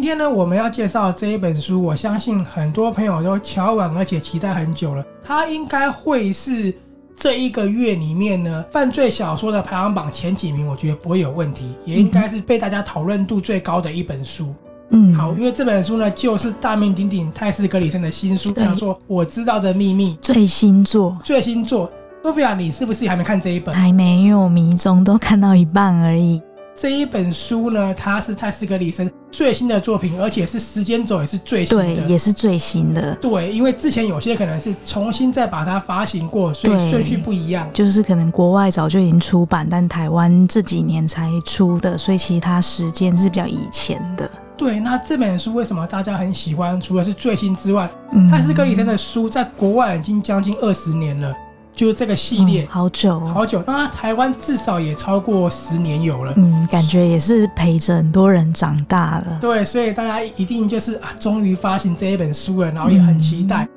天呢，我们要介绍这一本书，我相信很多朋友都敲碗而且期待很久了。它应该会是这一个月里面呢，犯罪小说的排行榜前几名，我觉得不会有问题，也应该是被大家讨论度最高的一本书。嗯，好，因为这本书呢，就是大名鼎鼎泰斯格里森的新书，对叫做《我知道的秘密》最新作最新作。诺菲亚，你是不是还没看这一本？还没，因为我迷踪都看到一半而已。这一本书呢，它是泰斯格里森最新的作品，而且是时间轴也是最新对的，。也是最新的，对，因为之前有些可能是重新再把它发行过，所以对顺序不一样。就是可能国外早就已经出版，但台湾这几年才出的，所以其实它时间是比较以前的。对，那这本书为什么大家很喜欢？除了是最新之外，嗯，泰斯格里森的书在国外已经将近二十年了，就是这个系列嗯、好久、哦，好久。那台湾至少也超过十年有了。嗯，感觉也是陪着很多人长大了。对，所以大家一定就是啊，终于发行这一本书了，然后也很期嗯待。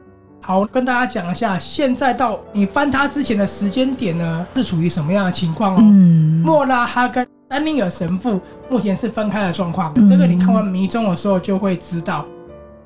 好，跟大家讲一下，现在到你翻它之前的时间点呢，是处于什么样的情况哦？嗯，莫拉哈跟丹尼尔神父目前是分开的状况，嗯这个你看完《迷踪》的时候就会知道。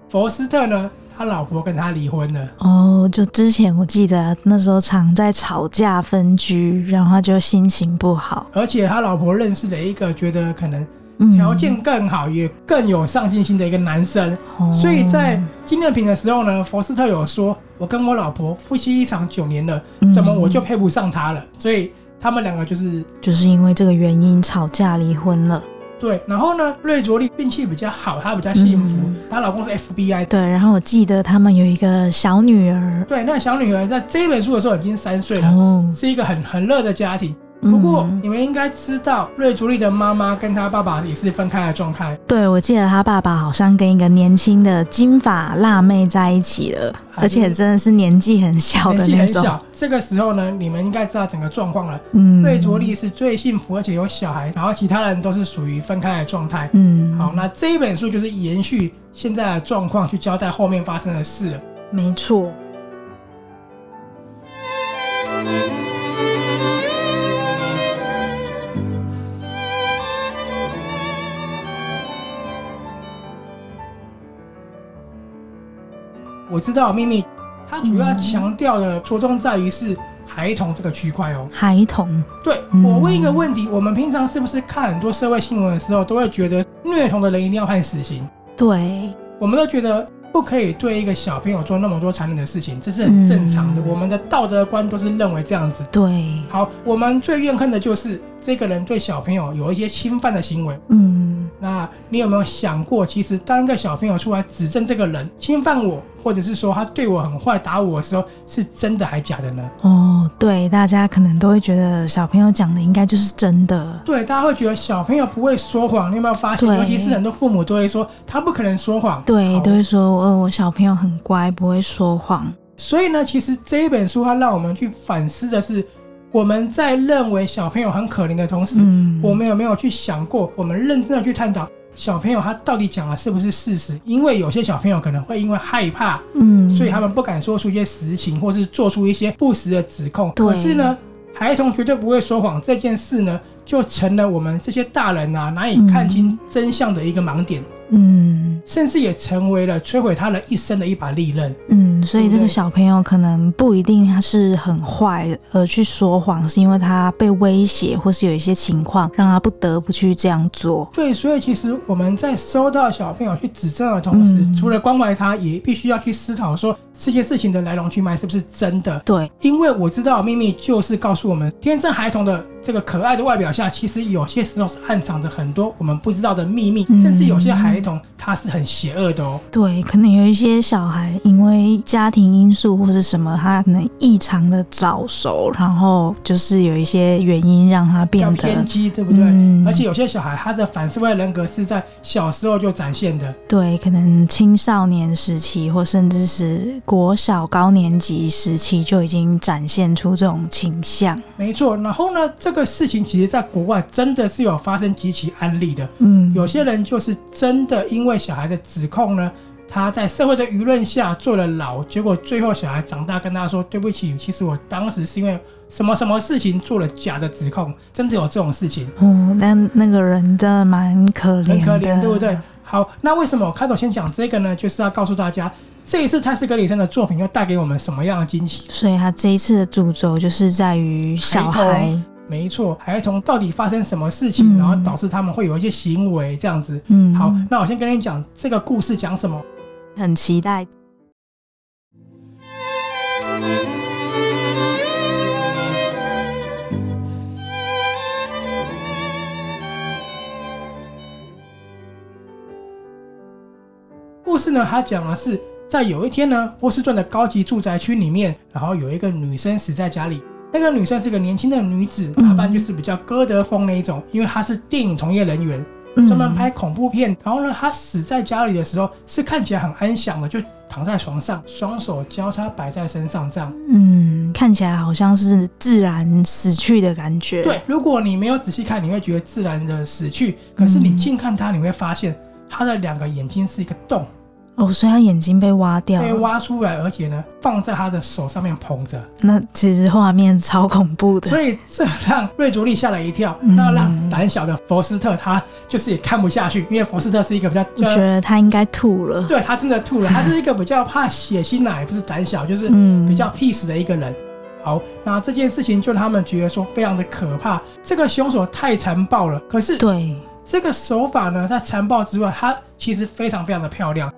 佛斯特呢，他老婆跟他离婚了，哦，就之前我记得那时候常在吵架分居，然后他就心情不好，而且他老婆认识了一个觉得可能嗯，条件更好、也更有上进心的一个男生。哦，所以在纪念品的时候呢，佛斯特有说：“我跟我老婆夫妻一场九年了，怎么我就嗯配不上她了？”所以他们两个就是就是因为这个原因吵架离婚了。对。然后呢，瑞卓丽运气比较好，她比较幸福嗯，她、老公是 FBI 对，然后我记得他们有一个小女儿，对，那小女儿在这本书的时候已经三岁了，哦，是一个很很热的家庭。不过、嗯你们应该知道，瑞竹丽的妈妈跟她爸爸也是分开的状态对我记得他爸爸好像跟一个年轻的金发辣妹在一起了，啊而且真的是年纪很小的年纪那很种。小。这个时候呢，你们应该知道整个状况了。嗯，瑞卓丽是最幸福，而且有小孩，然后其他人都是属于分开的状态。嗯，好，那这一本书就是延续现在的状况去交代后面发生的事了。没错。我知道秘密，它主嗯要强调的着重在于是孩童这个区块哦。孩童，对嗯我问一个问题：我们平常是不是看很多社会新闻的时候，都会觉得虐童的人一定要判死刑？对，我们都觉得不可以对一个小朋友做那么多残忍的事情，这是很正常的。嗯我们的道德观都是认为这样子。对，好，我们最怨恨的就是这个人对小朋友有一些侵犯的行为。嗯，那你有没有想过，其实当一个小朋友出来指证这个人侵犯我，或者是说他对我很坏、打我的时候，是真的还假的呢？哦，对，大家可能都会觉得小朋友讲的应该就是真的，对，大家会觉得小朋友不会说谎，你有没有发现？对尤其是很多父母都会说他不可能说谎。对，好都会说，呃，我小朋友很乖，不会说谎，所以呢，其实这一本书它让我们去反思的是，我们在认为小朋友很可怜的同时，嗯，我们有没有去想过，我们认真的去探讨小朋友他到底讲的是不是事实？因为有些小朋友可能会因为害怕，嗯，所以他们不敢说出一些实情，或是做出一些不实的指控。对可是呢，孩童绝对不会说谎这件事呢，就成了我们这些大人啊难以看清真相的一个盲点，嗯甚至也成为了摧毁他人一生的一把利刃。嗯，所以这对个小朋友可能不一定他是很坏而去说谎，是因为他被威胁或是有一些情况让他不得不去这样做，对，所以其实我们在收到小朋友去指证的同时，嗯除了关怀他，也必须要去思考说这些事情的来龙去脉是不是真的。对，因为我知道的秘密就是告诉我们，天生孩童的这个可爱的外表下，其实有些时候是暗藏着很多我们不知道的秘密，嗯甚至有些孩童他是很邪恶的哦。对，可能有一些小孩因为家庭因素或是什么，他可能异常的早熟，然后就是有一些原因让他比较变偏得激，对不对？嗯而且有些小孩他的反社会人格是在小时候就展现的，对，可能青少年时期或甚至是国小高年级时期就已经展现出这种倾向。没错。然后呢，这个事情其实在国外真的是有发生几起案例的，嗯，有些人就是真的因为小孩的指控呢，他在社会的舆论下坐了牢，结果最后小孩长大跟他说：“对不起，其实我当时是因为什么什么事情做了假的指控，真的有这种事情，哦，但那个人真的蛮可怜很的，可怜，对不对？”好，那为什么我开头先讲这个呢？就是要告诉大家，这一次泰斯格里森的作品要带给我们什么样的惊喜？所以他这一次的主轴就是在于小孩孩，没错，孩童到底发生什么事情，嗯然后导致他们会有一些行为这样子。嗯，好，那我先跟你讲这个故事讲什么。很期待。故事呢，它讲的是在有一天呢，波士顿的高级住宅区里面，然后有一个女生死在家里。那个女生是个年轻的女子，嗯打扮就是比较歌德风那一种，因为她是电影从业人员，嗯专门拍恐怖片。然后呢，她死在家里的时候是看起来很安详的，就躺在床上，双手交叉摆在身上这样。嗯，看起来好像是自然死去的感觉。对，，如果你没有仔细看，你会觉得自然的死去。可是你嗯近看她，你会发现她的两个眼睛是一个洞，哦，所以他眼睛被挖掉被了。挖出来，而且呢放在她的手上面捧着。那其实画面超恐怖的。所以这让瑞卓利吓了一跳，嗯那让胆小的佛斯特他就是也看不下去，因为佛斯特是一个比较，呃我觉得他应该吐了。对他真的吐了，他是一个比较怕血腥啊，也不是胆小，就是嗯，比较 peace 的一个人。好，那这件事情就让他们觉得说非常的可怕，这个凶手太残暴了。可是对，这个手法呢，在残暴之外，它其实非常非常的漂亮，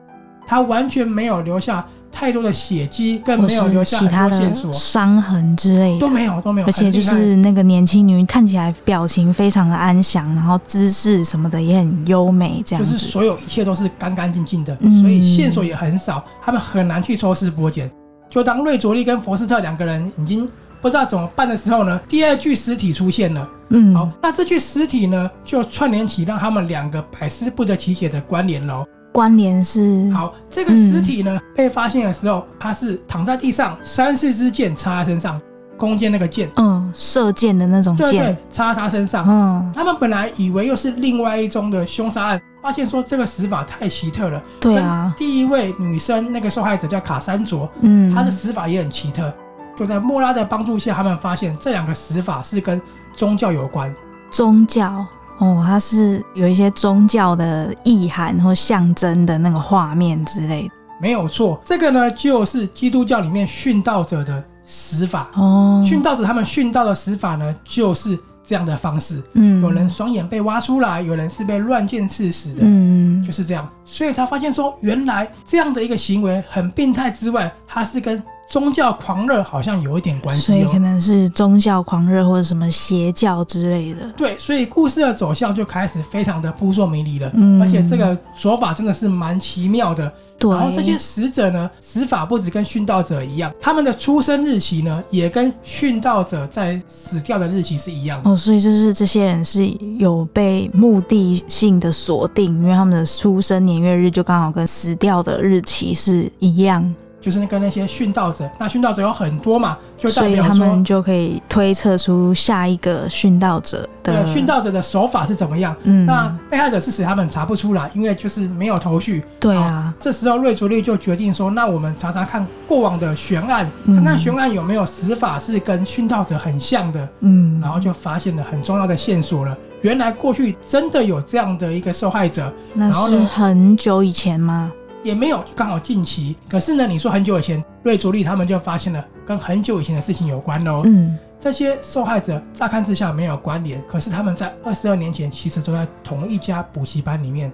它完全没有留下太多的血迹，更或没有留是下其他很多线的索，伤痕之类都的。没有都没有，而且很就厉害是那个年轻女看起来表情非常的安详，然后姿势什么的也很优美，这样就是子。所有一切都是干干净净的，嗯所以线索也很少，他们很难去抽丝剥茧。就当瑞卓利跟佛斯特两个人已经不知道怎么办的时候呢，第二具尸体出现了。嗯，好，那这具尸体呢，就串联起让他们两个百思不得其解的关联喽。关联是好，这个尸体呢、被发现的时候，他是躺在地上，三四支箭插在身上，弓箭那个箭，嗯射箭的那种对箭对，，插他身上。嗯，他们本来以为又是另外一宗的凶杀案，发现说这个死法太奇特了，对啊，第一位女生那个受害者叫卡珊卓，嗯，她的死法也很奇特。就在莫拉的帮助下，他们发现这两个死法是跟宗教有关。宗教哦，它是有一些宗教的意涵或象征的那个画面之类的没有错，这个呢就是基督教里面殉道者的死法。哦。殉道者他们殉道的死法呢，就是这样的方式。嗯有人双眼被挖出来，有人是被乱箭刺死的，嗯就是这样。所以他发现说，原来这样的一个行为很病态之外，它是跟宗教狂热好像有一点关系、所哦。以可能是宗教狂热或者什么邪教之类的。对，所以故事的走向就开始非常的扑朔迷离了。嗯而且这个手法真的是蛮奇妙的。对，然后这些死者呢，死法不止跟殉道者一样，他们的出生日期呢，也跟殉道者在死掉的日期是一样的。哦，所以就是这些人是有被目的性的锁定，因为他们的出生年月日就刚好跟死掉的日期是一样，就是跟那些殉道者，那殉道者有很多嘛，就所代以表他说们，就可以推测出下一个殉道者呃的，殉，道者的手法是怎么样。嗯，那被害者是谁，他们查不出来，因为就是没有头绪。对啊，这时候瑞卓利就决定说，那我们查查看过往的悬案，嗯看看悬案有没有死法是跟殉道者很像的，嗯，然后就发现了很重要的线索了。原来过去真的有这样的一个受害者，那然后是呢很久以前吗？也没有就刚好近期。可是呢，你说很久以前，瑞卓利他们就发现了跟很久以前的事情有关喽。嗯，这些受害者乍看之下没有关联，可是他们在二十二年前其实都在同一家补习班里面。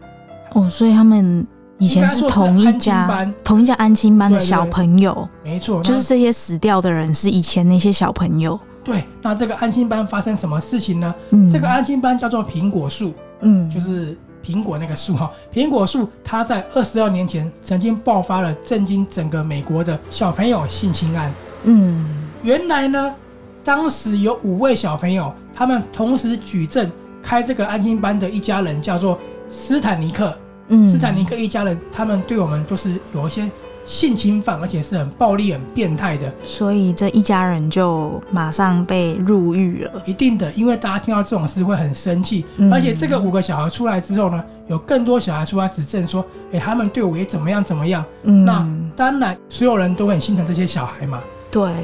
哦，所以他们以前应该说是同一安亲家班同一家安亲班的对对小朋友，没错，就是那这些死掉的人是以前那些小朋友。对。那这个安心班发生什么事情呢？嗯，这个安心班叫做苹果树，嗯就是苹果那个树哈。苹果树它在二十二年前曾经爆发了震惊整个美国的小朋友性侵案。嗯原来呢，当时有五位小朋友，他们同时举证开这个安心班的一家人叫做斯坦尼克。嗯，斯坦尼克一家人，他们对我们就是有一些性侵犯，而且是很暴力、很变态的。所以这一家人就马上被入狱了。一定的，因为大家听到这种事会很生气，嗯而且这个五个小孩出来之后呢，有更多小孩出来指证说，诶，他们对我也怎么样怎么样。嗯，那当然，所有人都很心疼这些小孩嘛，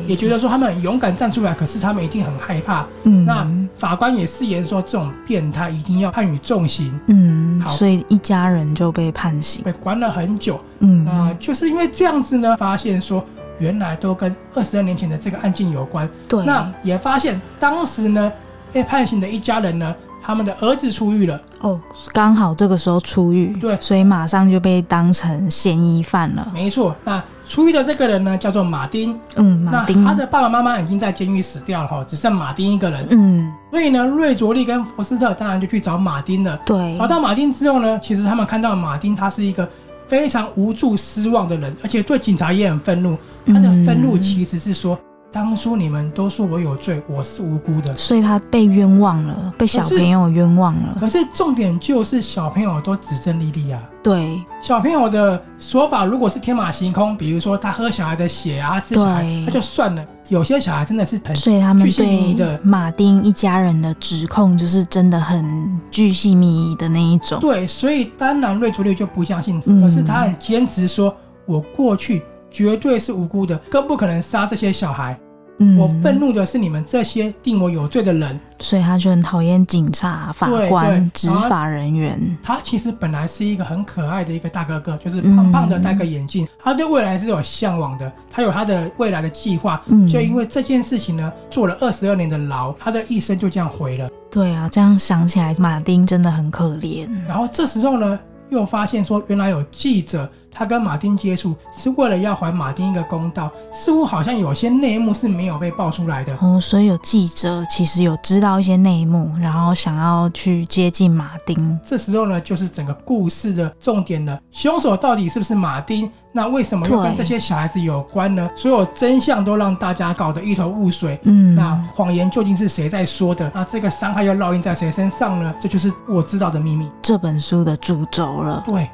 也对，觉得说他们很勇敢站出来，可是他们一定很害怕。嗯，那法官也誓言说，这种变态一定要判以重刑，嗯，好所以一家人就被判刑，被关了很久。嗯，那就是因为这样子呢，发现说原来都跟二十二年前的这个案件有关。对，那也发现当时呢，被判刑的一家人呢，他们的儿子出狱了，哦，刚好这个时候出狱，对所以马上就被当成嫌疑犯了。没错。那出狱的这个人呢，叫做马丁。嗯，马丁那，他的爸爸妈妈已经在监狱死掉了哈，只剩马丁一个人。嗯，所以呢，瑞卓利跟福斯特当然就去找马丁了。对找，到马丁之后呢，其实他们看到马丁他是一个非常无助、失望的人，而且对警察也很愤怒。他的愤怒其实是说，当初你们都说我有罪，我是无辜的。嗯所以他被冤枉了，被小朋友冤枉了。可是重点就是小朋友都指证莉莉啊，对小朋友的说法如果是天马行空，比如说他喝小孩的血啊，他吃小孩，对他就算了。有些小孩真的是很所以他们嗯巨细靡遗对的马丁一家人的指控就是真的很巨细靡遗的那一种。对，所以当然瑞卓利就不相信，哦嗯可是他很坚持说，我过去绝对是无辜的，更不可能杀这些小孩。嗯我愤，怒的是你们这些定我有罪的人。所以他就很讨厌警察、法官、对执然后法人员。他其实本来是一个很可爱的一个大哥哥，就是胖胖的，嗯戴个眼镜。他对未来是有向往的，他有他的未来的计划。嗯，就因为这件事情呢，坐了二十二年的牢，他的一生就这样毁了。对啊，这样想起来，马丁真的很可怜。然后这时候呢，又发现说，原来有记者他跟马丁接触是为了要还马丁一个公道，似乎好像有些内幕是没有被爆出来的。哦，所以有记者其实有知道一些内幕，然后想要去接近马丁。这时候呢，就是整个故事的重点了。凶手到底是不是马丁？那为什么又跟对这些小孩子有关呢？所有真相都让大家搞得一头雾水。嗯，那谎言究竟是谁在说的？那这个伤害又烙印在谁身上呢？这就是我知道的秘密。这本书的主轴了。对，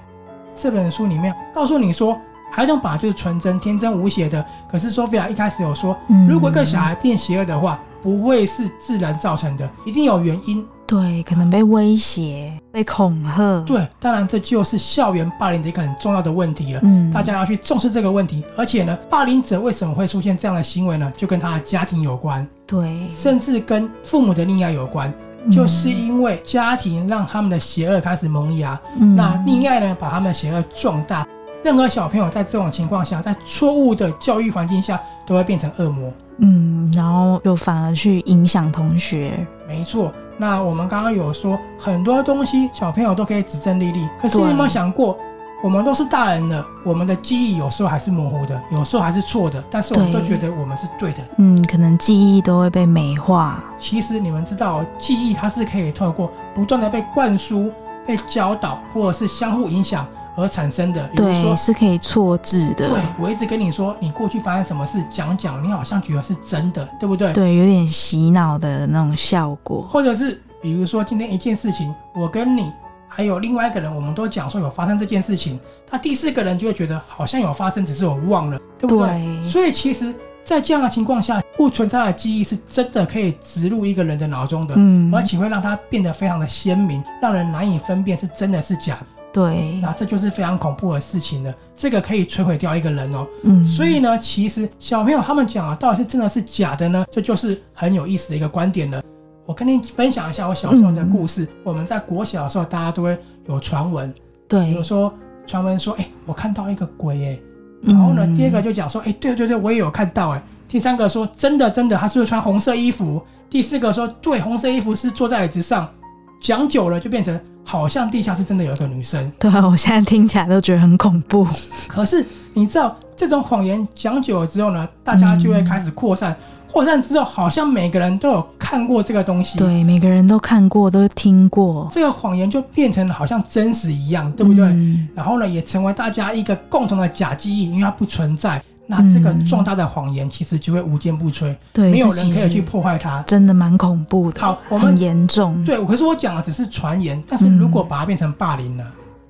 这本书里面告诉你说，孩童本来就是纯真、天真无邪的。可是索菲亚一开始有说，嗯如果一个小孩变邪恶的话，不会是自然造成的，一定有原因。对，可能被威胁、被恐吓，，对，当然这就是校园霸凌的一个很重要的问题了。嗯，大家要去重视这个问题，而且呢，霸凌者为什么会出现这样的行为呢？就跟他的家庭有关，对，甚至跟父母的溺爱有关，嗯就是因为家庭让他们的邪恶开始萌芽，嗯那溺爱呢，把他们的邪恶壮大。任何小朋友在这种情况下，在错误的教育环境下，都会变成恶魔。嗯，然后就反而去影响同学，没错。那我们刚刚有说，很多东西小朋友都可以指证莉莉，可是你有没有对想过，我们都是大人了，我们的记忆有时候还是模糊的，有时候还是错的，但是我们都对觉得我们是对的。嗯，可能记忆都会被美化，其实你们知道，记忆它是可以透过不断的被灌输、被教导，或者是相互影响而产生的。比如说对，是可以错字的，对，我一直跟你说，你过去发生什么事，讲讲，你好像觉得是真的，对不对？对，有点洗脑的那种效果，或者是比如说今天一件事情，我跟你还有另外一个人，我们都讲说有发生这件事情，那第四个人就会觉得好像有发生，只是我忘了，对不对？对所以其实，在这样的情况下，不存在的记忆是真的可以植入一个人的脑中的。嗯，而且会让它变得非常的鲜明，让人难以分辨是真的是假的。对，那这就是非常恐怖的事情了，这个可以摧毁掉一个人哦。嗯，所以呢，其实小朋友他们讲啊，到底是真的是假的呢？这就是很有意思的一个观点了。我跟你分享一下我小时候的故事。我们在国小的时候，大家都会有传闻，比对如，说传闻说，哎、我看到一个鬼、哎。然后呢，嗯第二个就讲说，哎、对对对，我也有看到、哎。第三个说，真的真的，他是不是穿红色衣服？第四个说，对，红色衣服是坐在椅子上。讲久了就变成好像地下室真的有一个女生。对啊，我现在听起来都觉得很恐怖。可是你知道，这种谎言讲久了之后呢，大家就会开始扩散。嗯扩散之后，好像每个人都有看过这个东西，对，每个人都看过，都听过，这个谎言就变成好像真实一样，对不对？嗯然后呢，也成为大家一个共同的假记忆，因为它不存在。那这个壮大的谎言其实就会无坚不摧，嗯对，没有这人其可以实去破坏它。真的蛮恐怖的，好我们很严重。，对，可是我讲的只是传言，但是如果把它变成霸凌呢？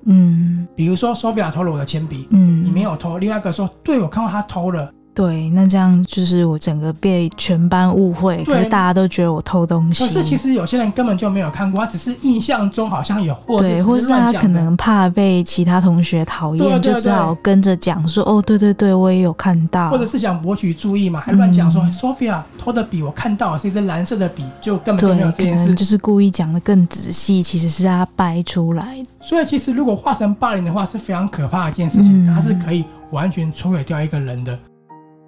嗯比如说，索菲亚偷了我的铅笔，嗯，你没有偷；另外一个说，对我看到他偷了，对，那这样就是我整个被全班误会，对可是大家都觉得我偷东西可。是其实有些人根本就没有看过，他只是印象中好像有，或者对，或是是他乱可讲的。能怕被其他同学讨对啊厌，对就只好跟着讲说：“哦，对对对，我也有看到。”或者是想博取注意嘛，还乱讲说、嗯 Sophia 偷的笔，我看到是一支蓝色的笔，就根本就对没有，可这件能事。就是故意讲的更仔细，其实是他掰出来的。所以其实如果化成霸凌的话，是非常可怕的一件事情，嗯它是可以完全摧毁掉一个人的。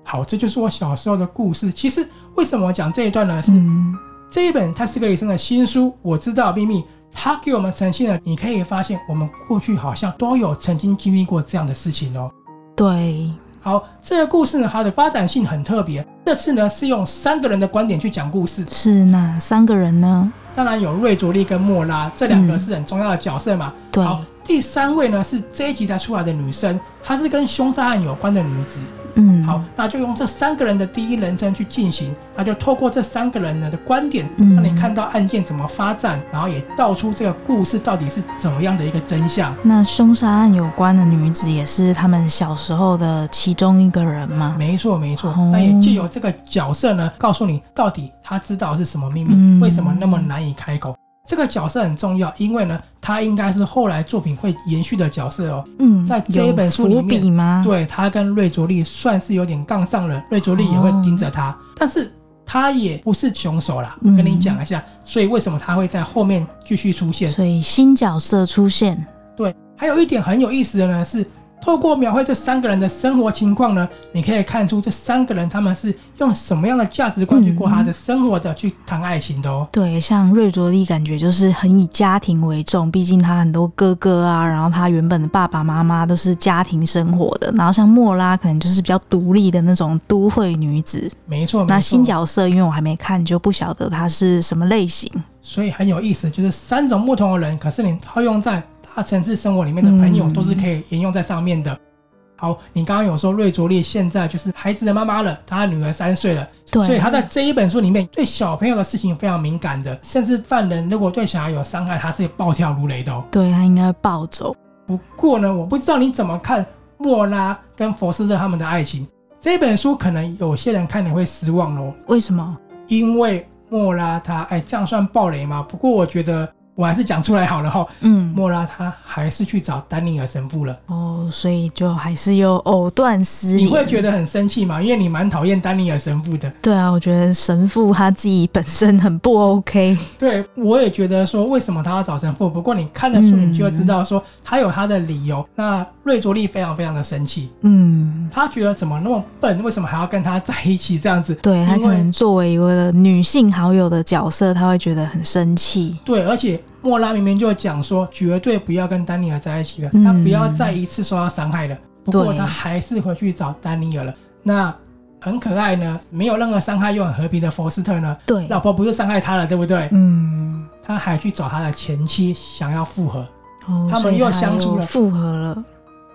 好，这就是我小时候的故事。其实为什么我讲这一段呢？是嗯，这一本泰斯格里森的新书《我知道的秘密》，它给我们呈现了，你可以发现我们过去好像都有曾经经历过这样的事情哦。对，好，这个故事呢，它的发展性很特别。这次呢是用三个人的观点去讲故事，是哪三个人呢？当然有瑞卓利跟莫拉这两个嗯是很重要的角色嘛。对，好，第三位呢是这一集才出来的女生，她是跟凶杀案有关的女子。嗯，好，，那就用这三个人的第一人称去进行，那就透过这三个人呢的观点，嗯让你看到案件怎么发展，然后也道出这个故事到底是怎么样的一个真相。那凶杀案有关的女子也是他们小时候的其中一个人吗？没错，没错哦。那也借由这个角色呢，告诉你到底他知道的是什么秘密，嗯为什么那么难以开口。这个角色很重要，因为呢，他应该是后来作品会延续的角色哦。嗯，在这一本书里有伏面笔吗？，对他跟瑞卓利算是有点杠上了，瑞卓利也会盯着他，但是他也不是凶手啦，哦嗯跟你讲一下，所以为什么他会在后面继续出现？所以新角色出现，对，还有一点很有意思的呢是。透过描绘这三个人的生活情况呢，你可以看出这三个人他们是用什么样的价值观去过他的生活的，去谈爱情的哦。对，像瑞卓利感觉就是很以家庭为重，毕竟他很多哥哥啊，然后他原本的爸爸妈妈都是家庭生活的，然后像莫拉可能就是比较独立的那种都会女子。没错，嗯那没错新角色因为我还没看，就不晓得她是什么类型。所以很有意思，就是三种不同的人，可是你套用在大城市生活里面的朋友，嗯都是可以沿用在上面的。好，你刚刚有说瑞卓丽现在就是孩子的妈妈了，她女儿三岁了，对，所以她在这一本书里面对小朋友的事情非常敏感的，甚至犯人如果对小孩有伤害，他是暴跳如雷的哦。对她应该暴走。不过呢，我不知道你怎么看莫拉跟佛斯特他们的爱情。这本书可能有些人看你会失望哦，为什么？因为莫拉他，哎，这样算暴雷吗？不过我觉得我还是讲出来好了哈。嗯，莫拉他还是去找丹尼尔神父了，哦，所以就还是有藕断丝你连。会觉得很生气吗？因为你蛮讨厌丹尼尔神父的。对啊，我觉得神父他自己本身很不 OK。对，我也觉得说为什么他要找神父？不过你看了书，嗯你就会知道说他有他的理由。那瑞卓利非常非常的生气，嗯，他觉得怎么那么笨，为什么还要跟他在一起这样子？对他因可为能作为一个女性好友的角色，他会觉得很生气。对，而且莫拉明明就讲说，绝对不要跟丹尼尔在一起了，嗯他不要再一次受到伤害了。不过对他还是回去找丹尼尔了。那很可爱呢，没有任何伤害又很和平的佛斯特呢，对，老婆不是伤害他了，对不对？嗯，他还去找他的前妻，想要复合。哦，他们所以又相处又了复合了。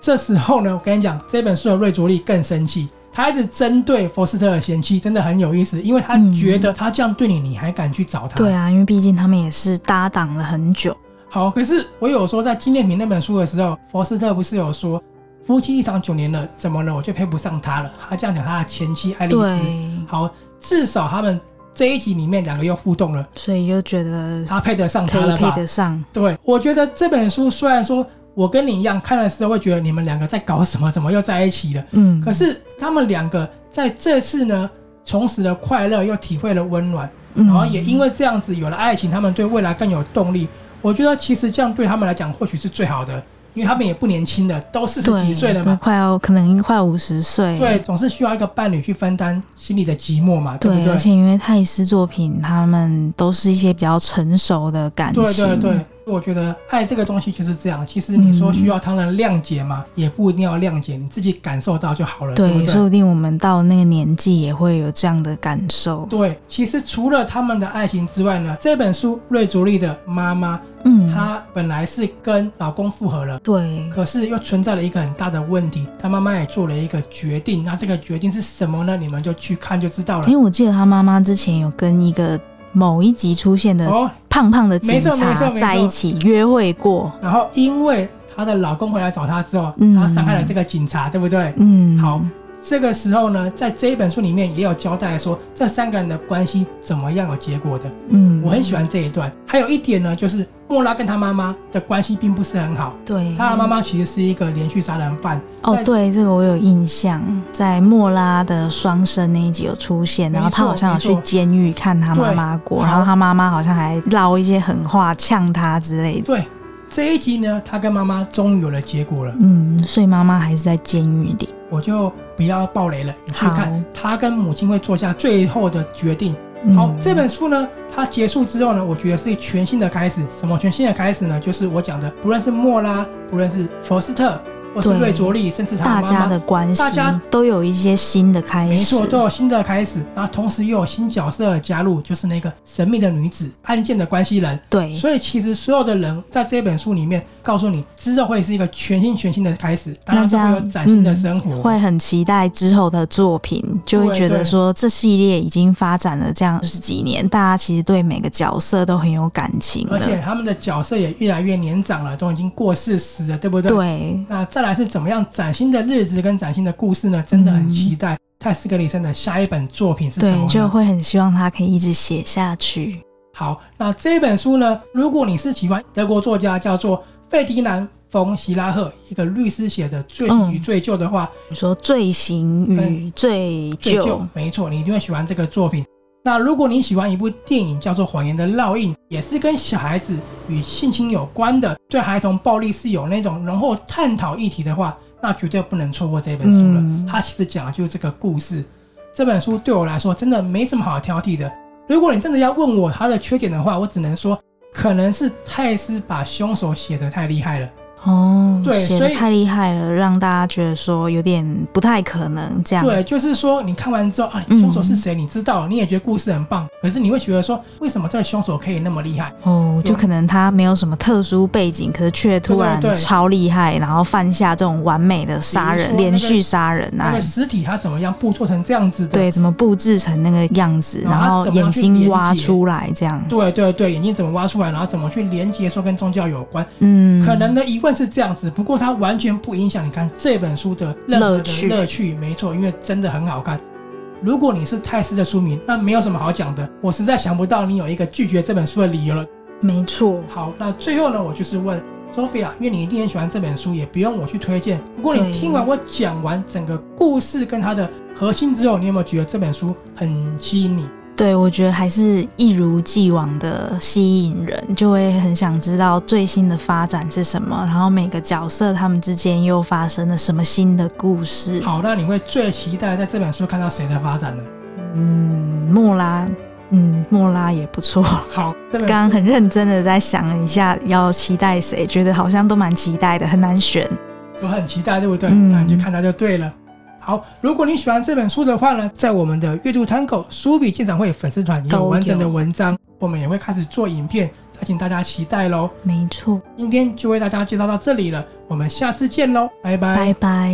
这时候呢，我跟你讲，这本书的瑞卓利更生气，他一直针对佛斯特的前妻，真的很有意思，因为他嗯觉得他这样对你，你还敢去找他？对啊，因为毕竟他们也是搭档了很久。好，可是我有说在纪念品那本书的时候，佛斯特不是有说夫妻一场九年了，怎么了？我就配不上他了。他这样讲他的前妻爱丽丝。对，好，至少他们这一集里面两个又互动了，所以就觉得他配得上可他以了配吧？得上。对，我觉得这本书虽然说我跟你一样看的时候会觉得你们两个在搞什么，怎么又在一起了？嗯，可是他们两个在这次呢，重拾了快乐，又体会了温暖。嗯，然后也因为这样子有了爱情，他们对未来更有动力。我觉得其实这样对他们来讲或许是最好的，因为他们也不年轻了，都四十对几岁了都嘛，快要可能快五十岁。对，总是需要一个伴侣去分担心里的寂寞嘛，对不对，对而？且因为泰斯作品，他们都是一些比较成熟的感情。对对对，我觉得爱这个东西就是这样。其实你说需要他人谅解嘛，也不一定要谅解，你自己感受到就好了，对不对说？不定我们到那个年纪也会有这样的感受。对，其实除了他们的爱情之外呢，这本书瑞竹丽的妈妈，嗯，她本来是跟老公复合了，对，可是又存在了一个很大的问题，他妈妈也做了一个决定，那这个决定是什么呢？你们就去看就知道了因为。我记得他妈妈之前有跟一个某一集出现的哦，胖胖的警没错没错察没错在一起约会过。然后因为她的老公回来找她之后，嗯她伤害了这个警察，对不对？嗯，好，这个时候呢，在这一本书里面也有交代说这三个人的关系怎么样有结果的。嗯，我很喜欢这一段。还有一点呢，就是莫拉跟他妈妈的关系并不是很好。对他的妈妈其实是一个连续杀人犯，哦在，对这个我有印象，在莫拉的双生那一集有出现，没然后他错好像有没去错监狱看他妈妈过，对然后好他妈妈好像还唠一些狠话呛他之类的。对这一集呢，他跟妈妈终于有了结果了，嗯，所以妈妈还是在监狱里。我就不要暴雷了，你去看好他跟母亲会做下最后的决定。嗯、好，这本书呢，它结束之后呢，我觉得是全新的开始。什么全新的开始呢？就是我讲的，不论是莫拉，不论是佛斯特，或是对瑞卓利，甚至他大的家妈妈的，关系大家都有一些新的开始，没错，都有新的开始。然后同时又有新角色的加入，就是那个神秘的女子，案件的关系人。对，所以其实所有的人在这本书里面告诉你，之后会是一个全新全新的开始，大家那这都会有样崭新的生活。嗯，会很期待之后的作品，就会对觉得对说这系列已经发展了这样十几年，大家其实对每个角色都很有感情而了。且他们的角色也越来越年长了，都已经过四十了，对不对？。对，那再来是怎么样崭新的日子跟崭新的故事呢？真的很期待泰斯格里森的下一本作品是什么嗯对，呢？就会很希望他可以一直写下去。好，那这本书呢，如果你是喜欢德国作家叫做费迪南·冯·席拉赫一个律师写的《罪行与嗯罪疚》的话，你说罪行与罪罪疚疚，，没错，你一定会喜欢这个作品。那如果你喜欢一部电影叫做《谎言的烙印》，也是跟小孩子与性侵有关的，对孩童暴力是有那种浓厚探讨议题的话，那绝对不能错过这本书了。嗯它其实讲的就是这个故事。这本书对我来说真的没什么好挑剔的。如果你真的要问我它的缺点的话，我只能说，可能是泰斯把凶手写得太厉害了。哦，对写所的以太厉害了，让大家觉得说有点不太可能这样。对，就是说你看完之后啊，嗯凶手是谁你知道了，你也觉得故事很棒，可是你会觉得说，为什么这个凶手可以那么厉害？哦，就有可能他没有什么特殊背景，可是却突然对对对超厉害，然后犯下这种完美的杀人、比如说那个连续杀人啊那案个，尸体他怎么样布做成这样子的？对，怎么布置成那个样子，然然后他后怎么眼样去睛挖连接出来这样，对对对，眼睛怎么挖出来，然后怎么去连接说跟宗教有关？嗯，可能的疑问是这样子，不过它完全不影响你看这本书的任何乐趣的乐趣。没错，因为真的很好看。如果你是泰斯的书迷，那没有什么好讲的，我实在想不到你有一个拒绝这本书的理由了。没错，好，那最后呢，我就是问 Sophia，因为你一定很喜欢这本书，也不用我去推荐。如果对你听完我讲完整个故事跟它的核心之后，你有没有觉得这本书很吸引你？对我觉得还是一如既往的吸引人，就会很想知道最新的发展是什么，然后每个角色他们之间又发生了什么新的故事。好，那你会最期待在这本书看到谁的发展呢？嗯，莫拉，嗯，莫拉也不 错。好，这本书啊刚刚很认真的在想了一下要期待谁，觉得好像都蛮期待的，很难选。我很期待，对不对？嗯那你去看它就对了。好，如果你喜欢这本书的话呢，在我们的阅读 Tango 书笔鉴赏会粉丝团也都有有完整的文章，我们也会开始做影片，再请大家期待喽。没错，今天就为大家介绍到这里了，我们下次见喽，拜拜拜。